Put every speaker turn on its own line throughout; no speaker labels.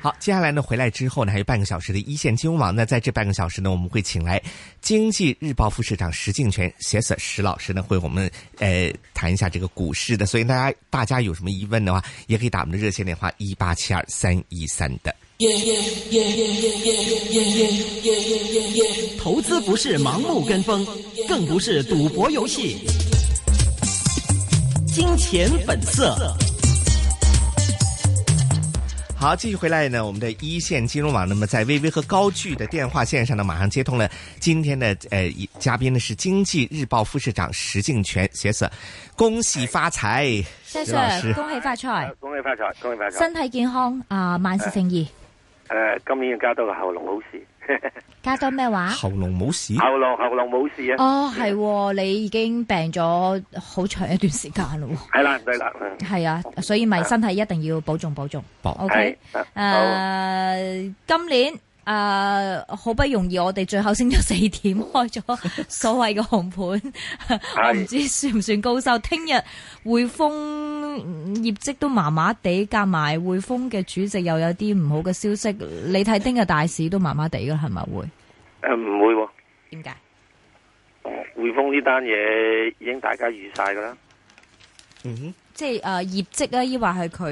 好，接下来呢，回来之后呢，还有半个小时的一线金融网。那在这半个小时呢，我们会请来《经济日报》副社长石敬全、写死石老师呢，会我们呃谈一下这个股市的。所以大家大家有什么疑问的话，也可以打我们的热线电话一八七二三一三的。
投资不是盲目跟风，更不是赌博游戏。金钱本色。
好，继续回来呢，我们的一线金融网。那么在微微和高聚的电话线上呢，马上接通了今天的呃一嘉宾呢是《经济日报》副社长石敬全，写死，恭喜发财，石老师。
恭喜發財，
啊恭喜發財，恭喜發財！
身體健康啊，萬事勝意。
誒、呃今年要加多個喉嚨好事，
加多咩話？
喉嚨冇事，
喉嚨喉嚨冇事啊！
哦，係喎，你已經病咗好長一段時間咯喎。
係啦，對啦，嗯
係啊，所以咪身體一定要保重保重。
保
O
係
K，
啊好
誒，今年誒好不容易，我哋最後升咗四點，開咗所謂嘅紅盤，我唔知算唔算高收。聽日匯豐嗯業績都麻麻地，夾埋匯豐嘅主席又有啲唔好嘅消息，你睇聽日大市都麻麻地㗎啦，係咪會？
誒呃唔、會喎、
點解？
匯豐呢單嘢已經大家預晒㗎啦，
嗯哼。
即係誒、呃、業績啊，抑或係佢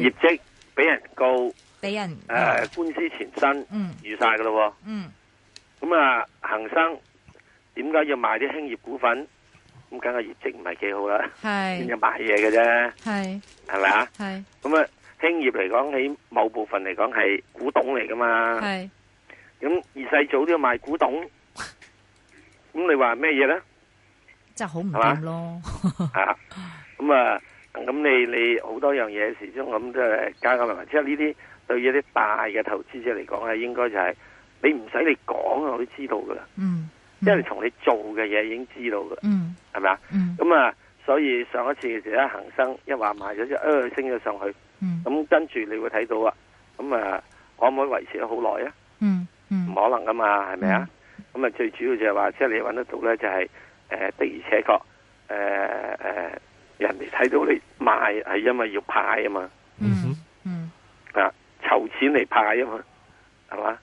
業啊績俾人告，誒、
俾人
官司纏身，
嗯
預晒㗎咯
嗯
喎。咁啊，恒生點解要賣啲興業股份？咁梗係業績唔係幾好啦，先
嗯
至
係
賣嘢嘅啫，
係
係咪啊？
係
咁啊，興業嚟講喺某部分嚟講係古董嚟㗎嘛。
係
咁二世祖都要賣古董，咁你話咩嘢咧？
真係好唔掂咯。
啊，咁啊，咁你你好多樣嘢始終咁都係加加埋埋，即係呢啲對於一啲大嘅投資者嚟講咧，應該就係、你唔使你講啊，我都知道噶啦，
嗯，
因為從你做嘅嘢已經知道噶啦，
嗯
係咪啊？
嗯
咁啊，所以上一次嘅時咧，恒生一話賣咗之後，呃升咗上去，
嗯
咁跟住你會睇到啊，咁啊，可唔可以維持咗好耐啊？
嗯
唔
嗯
可能噶嘛，係咪啊？咁啊，最主要就係話，即係你揾得到咧，就係、誒、的而且確誒誒、人哋睇到你賣係因為要派啊嘛，
嗯嗯
啊籌錢嚟派啊嘛，係嘛？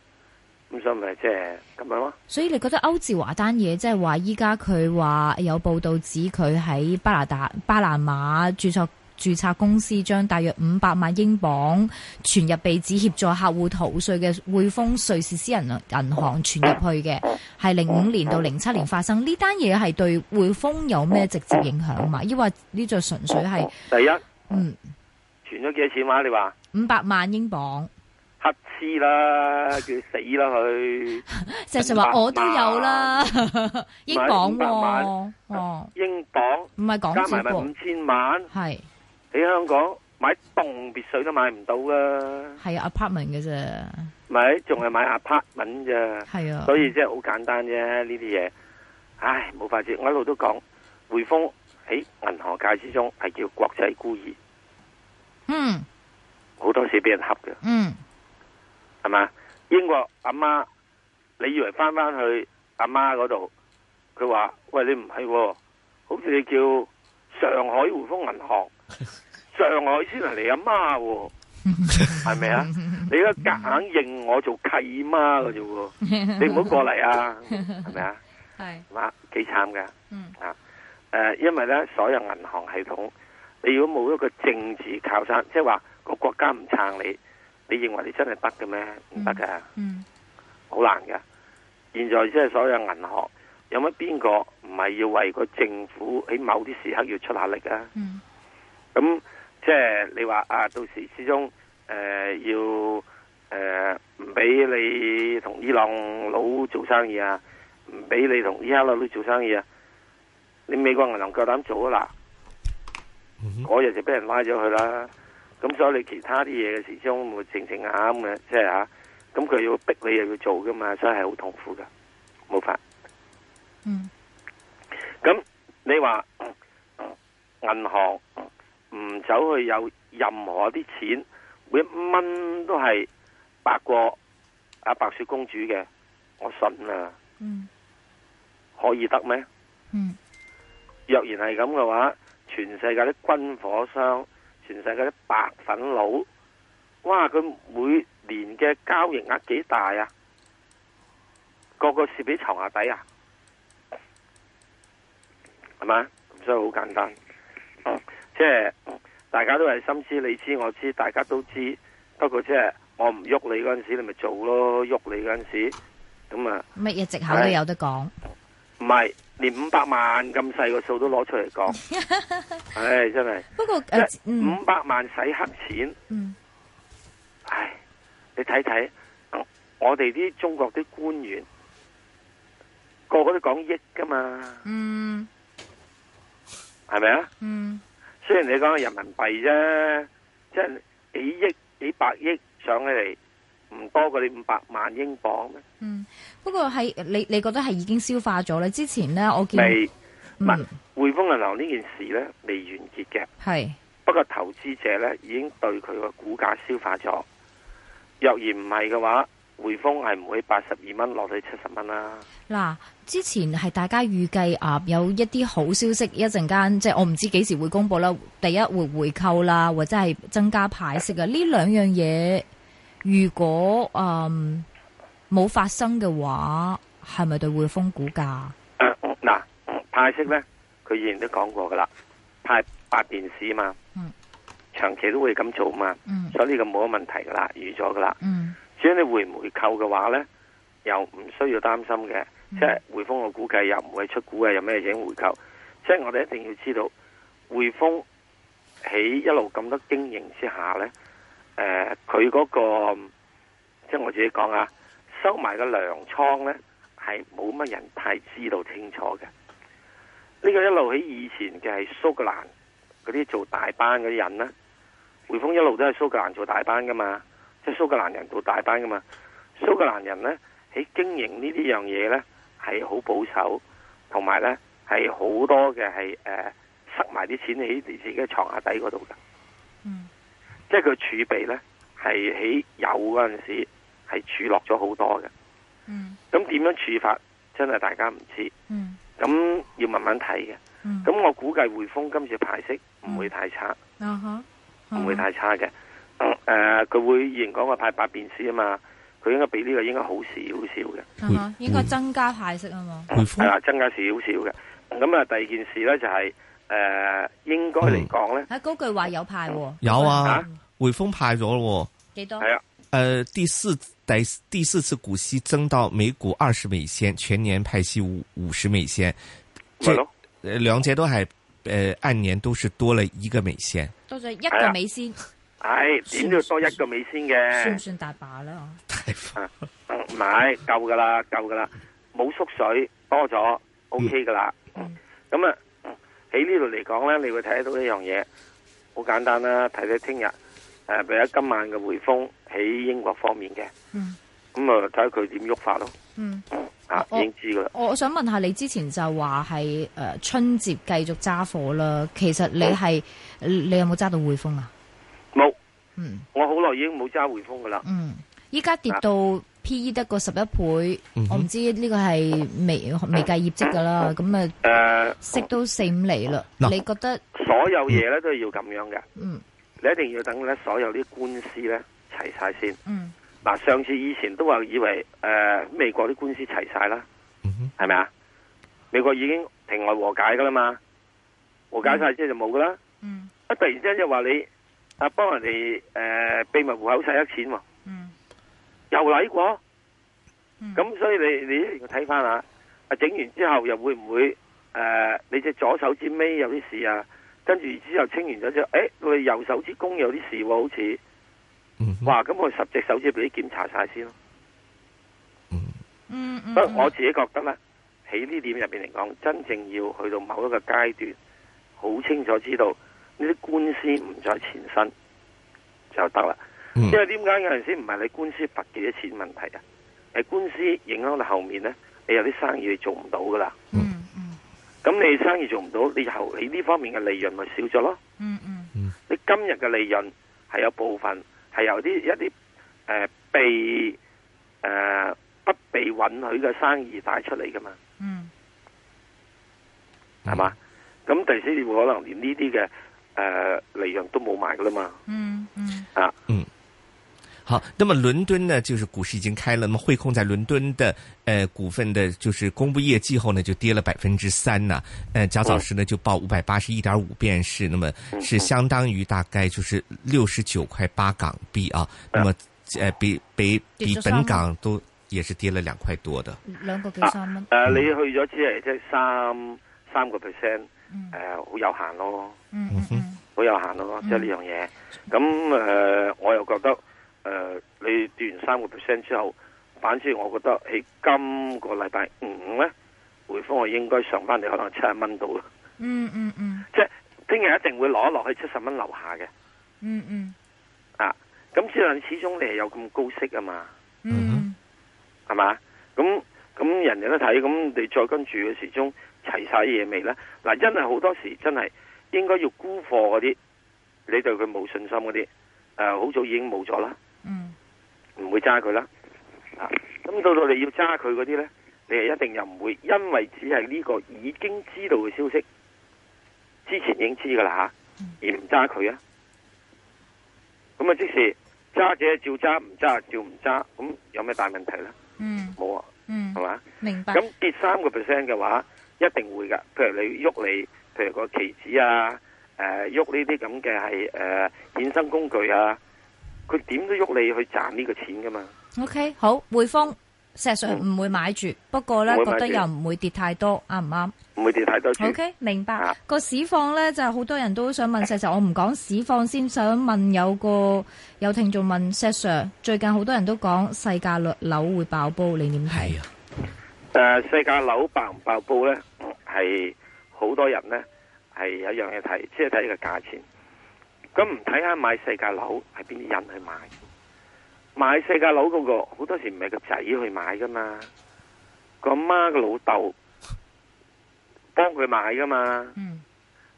咁所以咪即係咁樣咯。
所以你覺得歐治華單嘢，即係話依家佢話有報道指佢喺巴拿達巴拿馬註冊註冊公司將大約五百萬英鎊存入被指協助客戶逃稅嘅匯豐瑞士私人銀行存入去嘅，係零五年到零七年發生。呢單嘢係對匯豐有咩直接影響嘛？抑或呢就純粹係
第一
嗯
存咗幾多錢話？你話
五百萬英鎊？
黑黐啦，叫佢死啦 佢！
石 Sir 話我都有啦， 英鎊
五百萬
喎，哦，
英鎊
唔係港
加埋咪
紙
五
喎，
千萬
係。
喺香港買棟別墅都買唔到噶，
係啊 apartment 嘅啫，
咪仲係買 apartment 啫。
係啊，
所以即係好簡單啫，呢啲嘢，唉，冇法子。我一路都講，匯豐喺銀行界之中係叫國際孤兒，
嗯
好多時俾人恰嘅，
嗯
係嘛？英國阿媽，你以為翻翻去阿媽嗰度，佢話：喂，你唔係喎，好似你叫上海匯豐銀行，上海先係你阿媽喎，係咪啊？你而家夾硬認我做契媽嘅啫喎，你唔好過嚟啊，係咪啊？
係
哇，幾慘噶！
嗯
啊，诶、因為咧，所有銀行系統，你如果冇一個政治靠山，即係話個國家唔撐你，你認為你真係得嘅咩？唔得噶，
嗯
好難噶。現在即係所有銀行，有乜邊個唔係要為個政府喺某啲時刻要出下力啊？
嗯
咁即係你話啊，到時始終诶、呃要诶唔俾你同伊朗佬做生意啊，唔俾你同伊拉克佬做生意啊，你美國銀行夠膽做啊嗱，嗰日就俾人拉咗佢啦。咁所以你其他啲嘢嘅時鐘會靜靜下咁嘅，即係吓，咁佢要逼你又要做噶嘛，所以係好痛苦噶，冇法。
嗯
咁嗯銀行唔走去有任何啲錢，每一蚊都係白過啊白雪公主嘅，我信啊，
嗯
可以得咩？
嗯
若然係咁嘅話，全世界啲軍火商、全世界啲白粉佬，哇！佢每年嘅交易額幾大啊？個個蝕俾床下底啊？係嘛？咁所以好簡單，嗯即係大家都係心知你知我知，大家都知。不過即係我唔喐你嗰陣時，你咪做咯；喐你嗰陣時，咁啊。
乜嘢藉口都有得講。
唔係，連五百萬咁細個數都攞出嚟講， 唉，真係
不過诶、呃
即係
嗯
五百萬使黑錢，
嗯
唉，你睇睇我哋啲中國啲官員，個個都講億噶嘛，
嗯
係咪啊？
嗯
雖然你講係人民幣啫，即係幾億、幾百億上起嚟，唔多過你五百萬英鎊咩？
嗯，不過係你你觉得係已經消化咗咧？之前咧我見
未，唔
嗯
係匯豐銀行呢件事呢，未完結嘅。
係
不過投資者呢已經對佢個股價消化咗。若然唔係嘅話，匯豐係唔會八十二蚊落到七十蚊啦。
嗱，之前係大家預計啊，有一啲好消息，一陣間即係我唔知幾時會公布啦。第一會回購啦，或者係增加派息啊，呢兩樣嘢如果嗯冇發生嘅話，係咪對匯豐股價？
呃嗱、派息呢，佢以前都講過噶啦，派八便士嘛，
嗯
長期都會咁做嘛，
嗯
所以呢個冇乜問題噶啦，預咗噶啦。
嗯
至於你回唔回購嘅話呢，又唔需要擔心嘅，
嗯
即係匯豐我估計又唔會出股嘅，有咩影回購？即係我哋一定要知道，匯豐喺一路咁多經營之下呢，誒佢嗰個即係我自己講啊，收埋個糧倉呢，係冇乜人太知道清楚嘅。呢、個一路喺以前嘅係蘇格蘭嗰啲做大班嗰啲人呢，匯豐一路都係蘇格蘭做大班噶嘛。即係蘇格蘭人做大班噶嘛。蘇格蘭人呢，喺經營呢啲樣嘢呢，係好保守，同埋呢係好多嘅係誒塞埋啲錢喺自己嘅床下底嗰度嘅，
嗯
即係佢儲備呢，係喺有嗰陣時係儲落咗好多嘅。
嗯
咁點樣儲法真係大家唔知，
嗯
咁要慢慢睇嘅。
嗯
咁我估計匯豐今次派息唔會太差。
啊哈
唔會
嗯
太差嘅。誒、佢會以前講話派八便士啊嘛，佢應該比呢個應該好少少嘅，
啊哈，應該增加派息啊嘛。
匯
係
豐
啦，增加少少嘅。咁啊，第二件事咧就係、誒、應該嚟講咧，
喺嗰句話有派喎，
有啊
啊，
匯豐派咗咯，
幾多？
係啊，
呃，第四第第四次股息增到每股二十美仙，全年派息五五十美仙，
咪咯，
呃兩者都係呃按年都是多了一個美仙。
多咗一個美仙，
唉，點都要多一個美
算唔
仙嘅，
算大把啦？
嗯唔係夠噶啦，夠噶啦，冇縮水，多咗 OK 噶啦。
嗯
咁啊，喺呢度嚟講咧，你會睇到一樣嘢，好簡單啦，睇睇聽日誒，譬如今晚嘅匯豐喺英國方面嘅。
嗯
咁啊，睇下佢點喐法咯。
嗯。
啊，已
我
經知噶啦。
我想問下你之前就話係誒春節繼續揸貨啦，其實你
嗯
係你有冇揸到匯豐啊？
冇，
嗯
我好耐已經冇揸匯豐噶啦。
嗯，依家跌到 P E 得個十一倍，
嗯哼
我唔知呢個係未未計業績噶啦，咁啊
誒、
息都四五厘啦，
嗱
你覺得
所有嘢咧都係要咁樣嘅。
嗯
你一定要等咧所有啲官司咧齊晒先。
嗯
嗱、上次以前都話以為誒、美國啲官司齊晒啦，
嗯哼，
係咪啊？美國已經庭外和解噶啦嘛，和解晒之後就冇噶啦。
嗯
啊，突然之間就話你啊幫人哋誒、呃秘密户口洗黑錢喎，
嗯
又嚟過。
嗯
咁所以你你一定要睇翻下，啊整完之後又會唔會誒、呃你隻左手指尾有啲事啊？跟住之後清完咗之後，誒、我哋右手指公有啲事喎、好似，
嗯哼，
哇！咁我十隻手指俾你檢查晒先咯。
嗯
不過我自己覺得咧，喺呢點入邊嚟講，真正要去到某一個階段，好清楚知道呢啲官司唔再纏身就得啦。
嗯
因為點解有陣時唔係你官司罰幾多錢問題啊？係官司影響到後面咧，你有啲生意你做唔到噶啦。
嗯嗯
咁你你生意做唔到，你以後你呢方面嘅利潤咪少咗咯。
嗯嗯
你今日嘅利潤係有部分係由啲一啲誒、呃被誒、呃不被允許嘅生意帶出嚟噶嘛，
嗯
係嘛？咁第四會可能連呢啲嘅誒利潤都冇埋噶啦嘛。
嗯嗯
啊，
好，那么伦敦呢，就是股市已经开了，那么汇控在伦敦的呃股份的，就是公布业绩后呢，就跌了百分之三呢，呃，较早时呢就报五百八十一点五便士，那么是相当于大概就是六十九块八港币啊，那么呃比比
跌
比
咗三
本
蚊
港都也是跌了两块多的，
兩個幾三蚊
誒、，呃你去咗只係即係三三個 percent，
嗯
誒好有限咯，
嗯嗯嗯
好有限咯，
嗯
即係呢樣嘢。咁誒、呃我又覺得誒、呃你跌完三個 percent 之後，反之我覺得喺今個禮拜五咧，回風我應該上翻嚟可能七十蚊度啦，
嗯嗯嗯
即係聽日一定會攞落去七十蚊樓下嘅
嗯嗯
啊。咁之但始終你係有咁高息啊嘛，
嗯
係嘛？咁咁人哋都睇，咁你再跟住嘅時鐘齊晒嘢未咧？嗱，真係好多時真係應該要沽貨嗰啲，你對佢冇信心嗰啲，誒、好早已經冇咗啦。
嗯
唔會揸佢啦。啊，咁到到你要揸佢嗰啲呢，你係一定又唔會，因為只係呢個已經知道嘅消息，之前已經知噶啦吓，而唔揸佢啊。咁啊，即時揸者照揸，唔揸就照唔揸，咁有咩大問題呢？
嗯
冇啊，
嗯
係，嘛？
明白。
咁跌三個 percent 嘅話，一定會噶。譬如你喐你，譬如個期指啊，誒喐呢啲咁嘅係誒衍生工具啊，佢點都喐你去賺呢個錢噶嘛。
O、k 好，匯豐石 Sir 唔會買住，不過咧
唔會買
覺得
住
又唔會跌太多，啱唔啱
唔會跌太多住。
？O K，明白
啊。
個市況咧就係好多人都想問石 Sir，我唔講市況先，想問有個有聽眾問石 Sir，最近好多人都講世界率樓會爆煲，你點睇？
呀，
誒、世界樓爆唔爆煲呢？係好多人呢，係有一樣嘢睇，即係睇個價錢。咁唔睇下買世界樓係邊啲人去買？買世界樓嗰、個好多時唔係個仔去買噶嘛，個媽個老豆幫佢買噶嘛，
嗯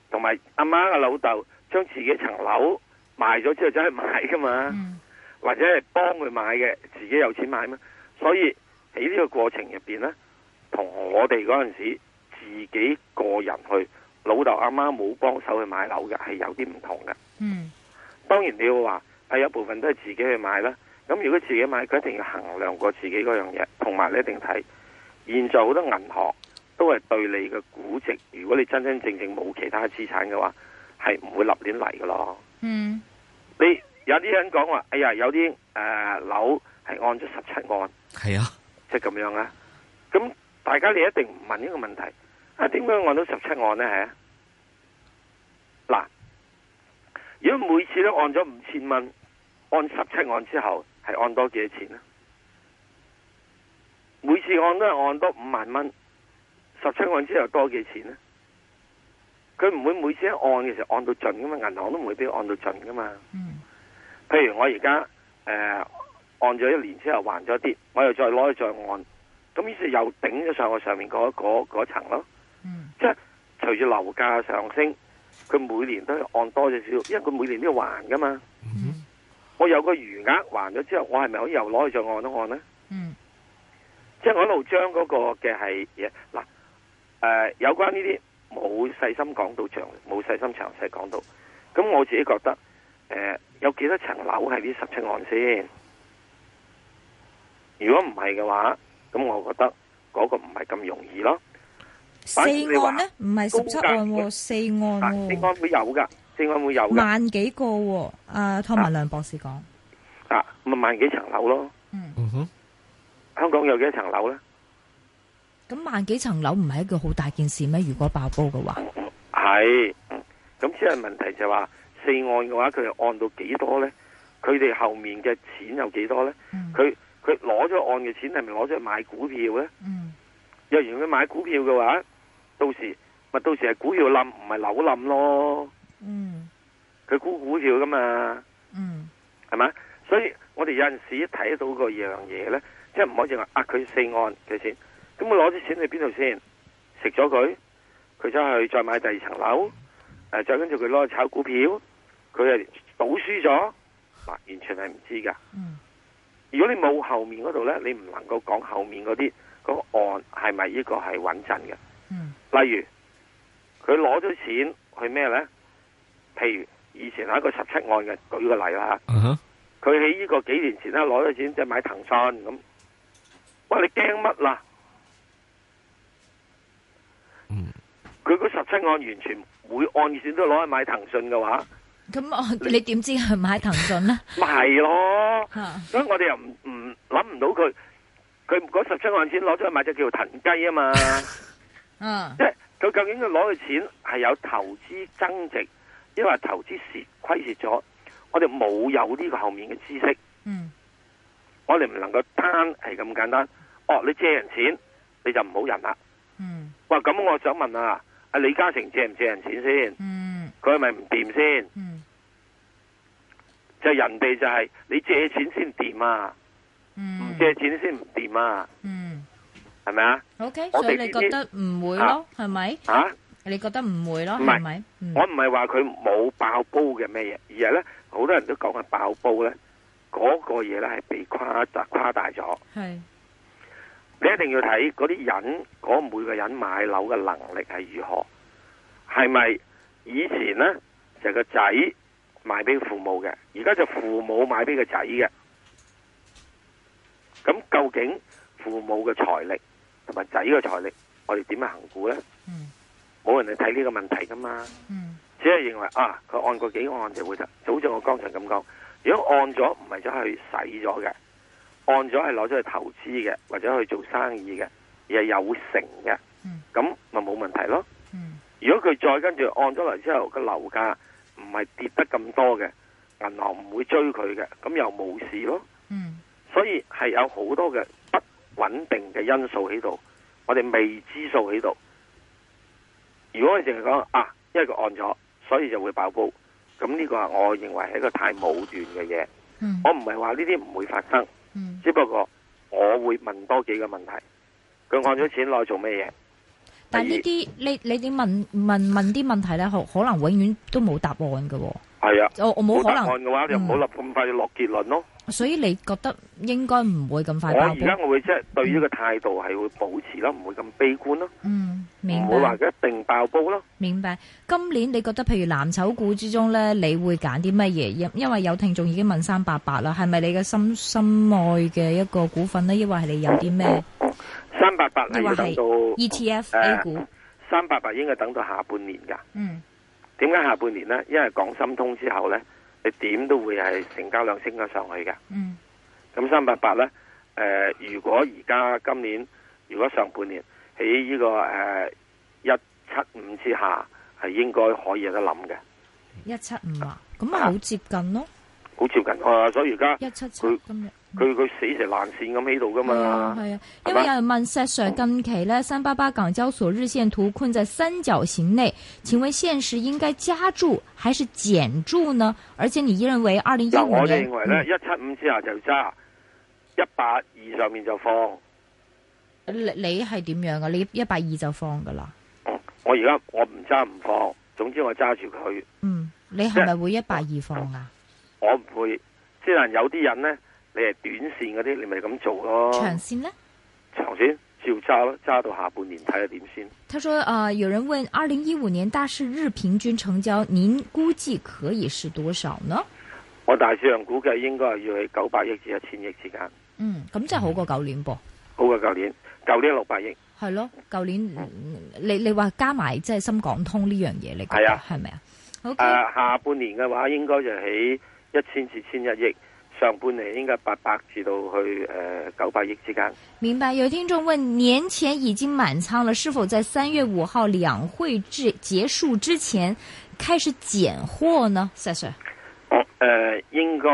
同埋阿媽個老豆將自己層樓賣咗之後走去買噶嘛。
嗯
或者係幫佢買嘅，自己有錢買咩？所以喺呢個過程入邊呢，同我哋嗰陣時自己個人去老豆阿媽冇幫手去買樓嘅，係有啲唔同嘅。
嗯
當然你要話係有部分都係自己去買啦。咁如果自己買，佢一定要衡量過自己嗰樣嘢，同埋你一定睇。現在好多銀行都係對你嘅估值，如果你真真正正冇其他資產嘅話，係唔會立亂嚟嘅咯。
嗯
你有啲人講話，哎呀，有啲誒樓係按咗十七按，
係啊，
即係咁樣啊。咁大家你一定唔問呢個問題啊？點解按到十七按呢？係啊，嗱，如果每次都按咗五千蚊，按十七按之後係按多幾多錢呢？每次按都係按多五萬蚊，十七按之後多幾錢呢？佢唔會每次一按嘅時候按到盡噶嘛，銀行都唔會俾佢按到盡噶嘛。
嗯
譬如我而家誒按咗一年之後還咗啲，我又再攞去再按，咁於是又頂咗上我上面嗰嗰嗰層咯。
嗯
即係隨住樓價上升，佢每年都要按多咗少少，因為佢每年都要還噶嘛。
嗯
我有個餘額還咗之後，我係咪可以又攞去再按一按呢？
嗯
即係我一路將嗰個嘅係嘢嗱誒有關呢啲冇細心講到詳，冇細心詳細講到。咁我自己覺得誒、呃有幾多層樓係呢十七案先？如果唔係嘅話，咁我覺得嗰個唔係咁容易咯。
四
反而你話
案呢？唔係十七
高價
案喎，
嘅
四案
啊，應
喎，
該會有噶，應該會有噶。
萬幾個喎。啊，湯文亮博士講，
啊，咪萬幾層樓咯？
嗯，
嗯哼，
香港有幾多層樓咧？
咁萬幾層樓唔係一個好大件事咩？如果爆煲嘅話。
係，嗯咁只係問題就係話四案嘅話，佢係按到幾多呢？佢哋後面嘅錢有幾多呢？
嗯
佢佢攞咗按嘅錢係咪攞咗去買股票呢？
嗯
若然佢買股票嘅話，到時咪到時係股票冧，唔係樓冧咯。
嗯
佢估股票噶嘛，
嗯
係咪？所以我哋有陣時睇到個樣嘢呢，即係啊唔可以話呃佢四按嘅錢，咁佢攞啲錢去邊度先？食咗佢，佢想去再買第二層樓，诶，再跟住佢攞去炒股票，佢係賭輸咗，嗱，完全係唔知㗎。
嗯
如果你冇後面嗰度呢，你唔能夠講後面嗰啲嗰個案係咪呢個係穩陣嘅？
嗯
例如佢攞咗錢去咩呢？譬如以前係一個十七案嘅，舉個例啦
嗯哼，
佢喺呢個幾年前咧攞咗錢即係買騰訊咁，喂你驚乜啦？
嗯，
佢嗰十七案完全每案件都攞去買騰訊嘅話，
咁我你點知佢買騰訊 呢？
咪係咯？
吓，
所以我哋又唔唔諗唔到佢，佢嗰十七案錢攞咗去買只叫騰雞啊嘛，
嗯
即係佢究竟佢攞嘅錢係有投資增值，因為投資蝕虧蝕咗，我哋冇有呢個後面嘅知識，
嗯
我哋唔能夠單係咁簡單。哦，你借人錢你就唔好人啦。
嗯
喂，咁我想問啊，阿李嘉誠借唔借人錢先？
嗯
佢係咪唔掂先？
嗯
就人哋就係你借錢先掂啊，唔
嗯，
借錢先唔掂啊，
嗯
係咪啊？
，OK，
我
所以
哋
你覺得唔會咯，係咪？
啊？
你覺得唔會咯，
唔係
係咪？嗯
我唔係話佢冇爆煲嘅咩嘢，而係呢，好多人都講係爆煲呢嗰、個嘢呢係被誇大誇大咗。
係
你一定要睇嗰啲人，嗰每個人買樓嘅能力係如何，係咪以前呢，就個仔買俾父母嘅，而家就父母買俾個仔嘅。咁究竟父母嘅財力同埋仔嘅財力，我哋點樣衡估呢？
嗯
冇人去睇呢個問題噶嘛。
嗯
只係認為啊，佢按過幾個案就會得。就好似我剛才咁講，如果按咗唔係咗去使咗嘅，按咗係攞咗去投資嘅，或者去做生意嘅，而係有成嘅
嗯，
咁咪冇問題咯。
嗯
如果佢再跟住按咗嚟之後，個樓價唔係跌得咁多嘅，銀行唔會追佢嘅，咁又冇事咯。
嗯
所以係有好多嘅不穩定嘅因素喺度，我哋未知數喺度。如果我哋淨係講啊，因為佢按咗，所以就會爆煲，咁呢個係我認為係一個太武斷嘅嘢。
嗯
我唔係話呢啲唔會發生，
嗯，
只不過我會問多幾個問題。佢按咗錢攞去做咩嘢？
但係呢啲你你點問問問啲問題咧，可可能永遠都冇答案嘅喎。
係啊，
我我冇
冇
可
答
能，
案嘅話就唔好立咁快就落結論咯。
所以你覺得應該唔會咁快嗯
我
爆
而家
煲？
我會即係對呢個態度係會保持咯，唔會咁悲觀咯，
嗯，明
唔會
白
話佢一定爆煲咯。
明白。今年你覺得譬如藍籌股之中咧，你會揀啲乜嘢？因因為有聽眾已經問三八八啦，係咪你嘅心心愛嘅一個股份呢？抑或係你有啲咩
三八八係要等到
ETF
哦誒
A 股？
三八八應該等到下半年㗎。
嗯
點解下半年呢？因為港深通之後呢，你點都會係成交量升咗上去嘅。
嗯
咁三八八呢，誒、呃如果而家今年如果上半年喺呢、呃個誒一七五之下，係應該可以有得諗嘅，
一七五啊，咁啊好接近咯，
好接近啊！所以而家
一七七
佢
今日。嗯
佢佢死蛇爛線咁喺度㗎
系啊，
嘛，
系啊，
係
因
嘛
为有人问石 Sir 近期咧，三八八港交所日线图困在三角形内，请问现时应该加注还是减注呢？而且你认为二零一
嗱，
五
我就
年
認為呢，一七五之下就揸，一八二上面就放。
嗯你你系点样啊噶？你一百二就放噶啦，
我而家我唔揸唔放，總之我揸住佢，
嗯，你系咪会一百二放啊噶？
我唔會。即係有啲人呢，你係短線嗰啲，你咪咁做咯。
长线呢？
長線照揸咯，揸到下半年睇下點先。
他说：呃，有人问，二零一五年大市日平均成交，您估计可以是多少呢？
我大市場估計應該係要喺九百億至一千億之間，
嗯，咁就好过九年噃。
好過舊年。舊年六百億，
系咯，舊年你你話加埋即係深港通呢樣嘢，你覺
係
得
啊
係咪啊？O
誒、
K，
下半年嘅話應該就喺一千至千一億，上半年應該八百至到去誒九百億之間。
明白。有聽眾問：年前已經滿倉了，是否在三月五號兩會至結束之前開始減貨呢？Sir Sir，
我誒、應該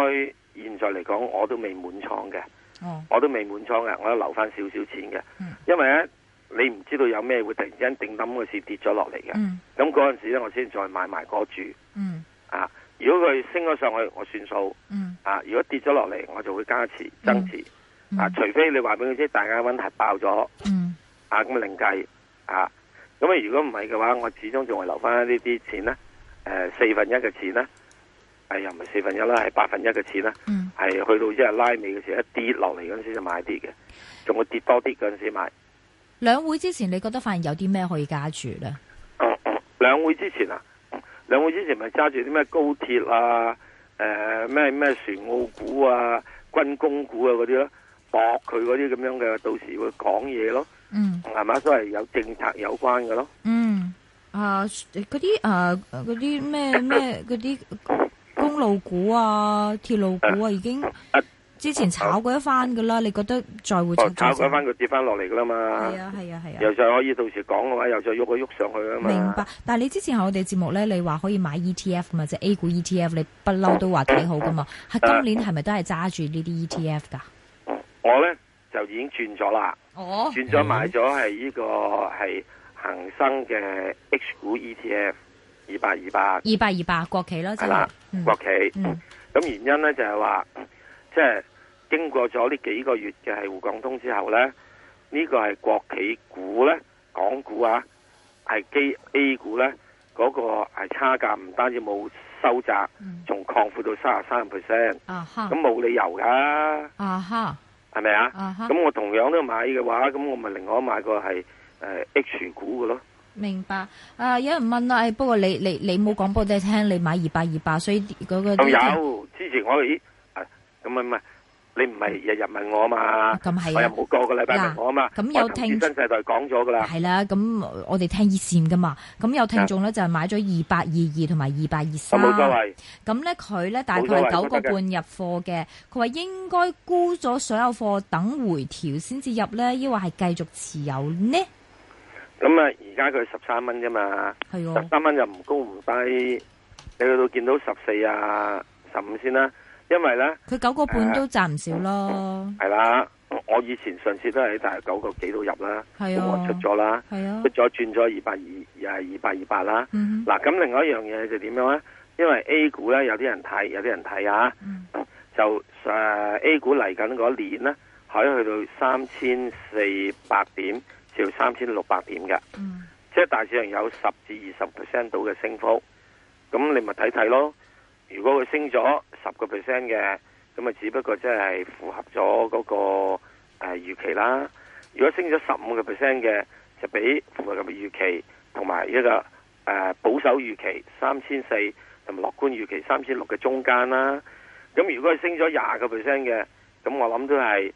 現在嚟講我都未滿倉嘅。
哦，
我都未滿倉嘅，我都留翻少少錢嘅
嗯，
因為咧你唔知道有咩會突然之間定冧嘅事跌咗落嚟嘅，
嗯
咁嗰陣時咧我先再買埋嗰注
嗯
啊。如果佢升咗上去，我算數
嗯
啊；如果跌咗落嚟，我就會加持增持、
嗯
啊。除非你話俾佢知大家温核爆咗
嗯
啊，咁另計啊。咁啊，如果唔係嘅話，我始終仲係留翻呢啲錢啦，誒、四分一嘅錢啦，哎呀，唔係四分一啦，係八分一嘅錢啦，
嗯
係去到即係拉尾嘅時候一跌落嚟嗰陣時就買啲嘅，仲會跌多啲嗰陣時買。
兩會之前，你覺得發現有啲咩可以加住咧？
嗯嗯兩會之前啊，兩會之前咪揸住啲咩高鐵啊，誒咩咩船澳股啊、軍工股啊嗰啲咯，搏佢嗰啲咁樣嘅，到時會講嘢咯，
嗯
係嘛，都係有政策有關嘅咯。
嗯，啊嗰啲啊嗰啲咩咩嗰啲公路股啊、鐵路股啊，已經之前炒過一番噶啦。你覺得再會
哦
出，
炒佢翻佢跌翻落嚟噶啦嘛
係，啊係啊係啊
又。再可以到時講嘅話，又再喐佢喐上去啊嘛。
明白，但係你之前喺我哋節目咧，你話可以買 ETF 嘛，即係 A 股 E ETF，你不嬲都話睇好噶
啊
嘛。係今年係咪都係揸住呢啲 E ETF 噶？
我咧就已經轉咗啦，
哦，
轉咗買咗係呢個係恒生嘅 H 股 ETF 二八二八。
二百二百國企啦，即
係
係
啦，
嗯
國企。
嗯
咁原因咧就係話，即係經過咗呢幾個月嘅係滬港通之後咧，呢、個係國企股咧，港股啊，係基 A 股咧嗰、個係差價唔單止冇收窄，
嗯
仲擴闊到三十三 percent，
啊哈
咁冇理由㗎，
啊哈
係咪啊？
啊哈，
咁我同樣都買嘅話，咁我咪另外買個係誒 H 股嘅咯。
明白。啊，有人問啦，誒不過你你你冇講俾我哋聽，你買二百二百，所以嗰個
咁有之前我咦，啊咁啊唔係，你唔係日日問我嘛？
咁係啊
我又冇啊個個禮拜問我嘛。
嗱咁有
我投資
聽
新世代講咗噶啦，
係啦，咁我哋聽熱線噶嘛，咁有聽眾咧就係買咗二百二二同埋二百二
我
三，
啊冇所謂。
咁咧佢咧大概係九個半入貨嘅，佢話應該沽咗所有貨等回調先至入咧，抑或係繼續持有呢？
咁啊，而家佢十三蚊啫嘛，
係
十
喎，
三蚊又唔高唔低，你去到見到十四啊、十五先啦。因為咧
佢九個半
啊
都賺唔少咯，
係啦，我以前上次都係喺大約九個幾度入啦，
係
咁
啊，
我出咗啦，
係啊
出，咗轉咗二百二，又係二百二百啦。
嗯哼
嗱，咁另外一樣嘢就點樣咧？因為 A 股咧有啲人睇，有啲人睇啊。
嗯
就誒、呃 A 股嚟緊嗰年呢，可以去到三千四百點至三千六百點嘅，
嗯
即係大致上有十至二十 percent 到嘅升幅。咁你咪睇睇咯。如果佢升咗十個 percent 嘅，咁啊只不過即係符合咗嗰、個誒、呃、預期啦。如果升咗十五個 percent 嘅，就比符合嘅預期同埋一個誒、呃保守預期三千四同埋樂觀預期三千六嘅中間啦。咁如果佢升咗廿個 percent 嘅，咁我諗都係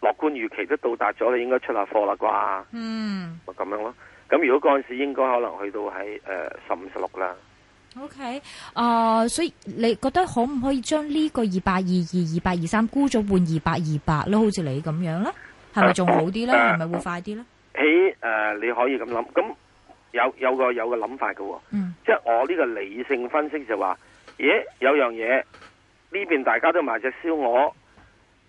樂觀預期都到達咗，你應該出下貨啦啩，
嗯
咪咁樣咯。咁如果嗰陣時應該可能去到喺誒呃十五十六啦。
，OK，啊、所以你覺得可唔可以將呢個二百二二、二百二三沽咗換二百二百咧？好似你咁樣咧，係咪仲好啲 咧？係咪會快啲咧？
喺誒、呃你可以咁諗，咁有有個有個諗法嘅喎、
嗯
即係我呢個理性分析就話，咦有樣嘢呢邊大家都賣只燒鵝，呢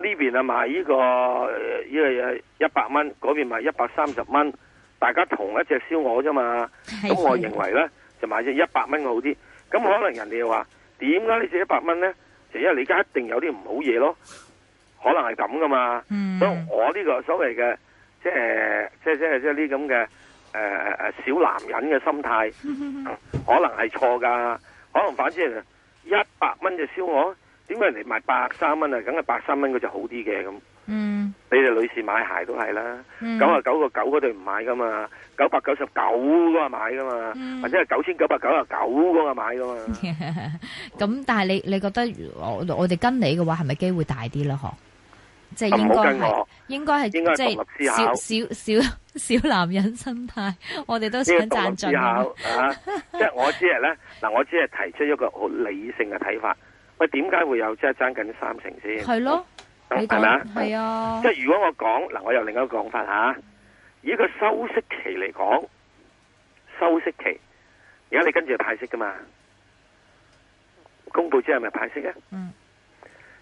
邊啊賣呢個呃呢個一百蚊，嗰邊賣一百三十蚊，大家同一隻燒鵝啫嘛。
係
咁我認為呢，就買只一百蚊嘅好啲。咁可能人哋又話點解呢隻一百蚊呢？就因為你而家一定有啲唔好嘢咯，可能係咁噶嘛。
嗯
所以我呢個所謂嘅即係即係即係即係呢咁嘅誒誒誒小男人嘅心態，
嗯
可能係錯㗎，可能反之一百蚊就燒鵝，點解人哋賣百三蚊啊？梗係百三蚊佢就好啲嘅咁。
嗯
你哋女士買鞋都係啦，
嗯
九啊九個九嗰對唔買噶嘛，九百九十九嗰個買噶嘛，
嗯
或者係九千九百九啊九嗰個買噶嘛。
咁但係你你覺得如我我哋跟你嘅話係咪機會大啲咧？嗬，即係應
啊唔
該
好跟
係
我，
應該係
應該係
即
獨立思考
係小小小小男人心態，我哋都想
呢個獨
賺
立
盡
思考 啊！即係我只係咧，嗱，我只係提出一個好理性嘅睇法。喂，點解會有即係爭緊三成先？
係咯，
嗯
你
係咪啊
講係啊
即，係如果我講嗱，我有另一個講法吓，以個收息期嚟講，收息期，而家你跟住就派息噶嘛？公布之後咪派息啊？
嗯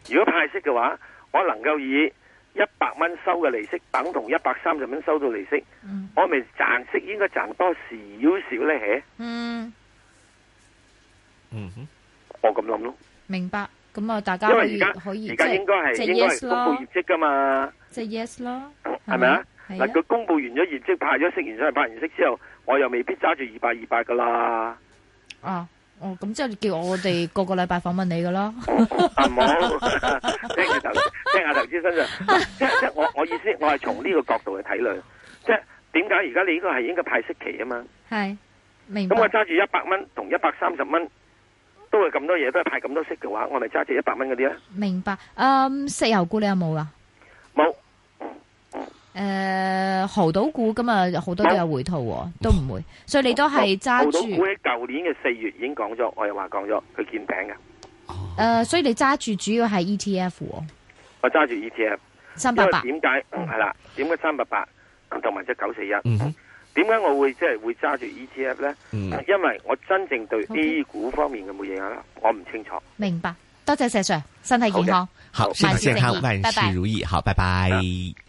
如果派息嘅話，我能夠以一百蚊收嘅利息，等同一百三十蚊收到利息，
嗯
我咪賺息應該賺多少少咧？
嗯，
嗯哼，
我哦咁諗咯，
明白。咁啊，大家
因
可
為
以
而家
可以
而
即
家應
係
該係
即係
應該
yes
係
啦
公布業績噶嘛，
即係 yes 咯，
係咪啊？
係
嗱，
啊，
佢公布完咗業績，派咗息，完咗派完息之後，我又未必揸住二百二百噶啦，
啊，哦，咁即係叫我哋個個禮拜訪問你噶啦。
啊冇， 聽住投聽下投資身上，即即我我意思，我係從呢個角度去睇論，即點解而家你應該係應該派息期啊嘛，
係，明白
咁。我揸住一百蚊同一百三十蚊，都係咁多嘢，都係派咁多息嘅話，我咪揸住一百蚊嗰啲啊，
明白。嗯，石油股你有冇噶？
冇。
诶、呃，濠賭股今日好多都有回吐喎，都唔會，所以你都係揸
澳
住
股喺舊年嘅四月已經講咗，我又話講咗，佢見頂嘅，
诶，所以你揸住主要係 ETF 喎，
我揸住 ETF，
三
因
百
為
八。
點解嗯係啦？點解三百八同埋只九四一？
嗯哼
點解我會即係會揸住 ETF 呢？
嗯，
因為我真正對
OK
A 股方面嘅冇影響啦，我唔清楚。
明白，多謝石 Sir，身體健康。
好，身体健康，万事如意，好，拜拜。
嗯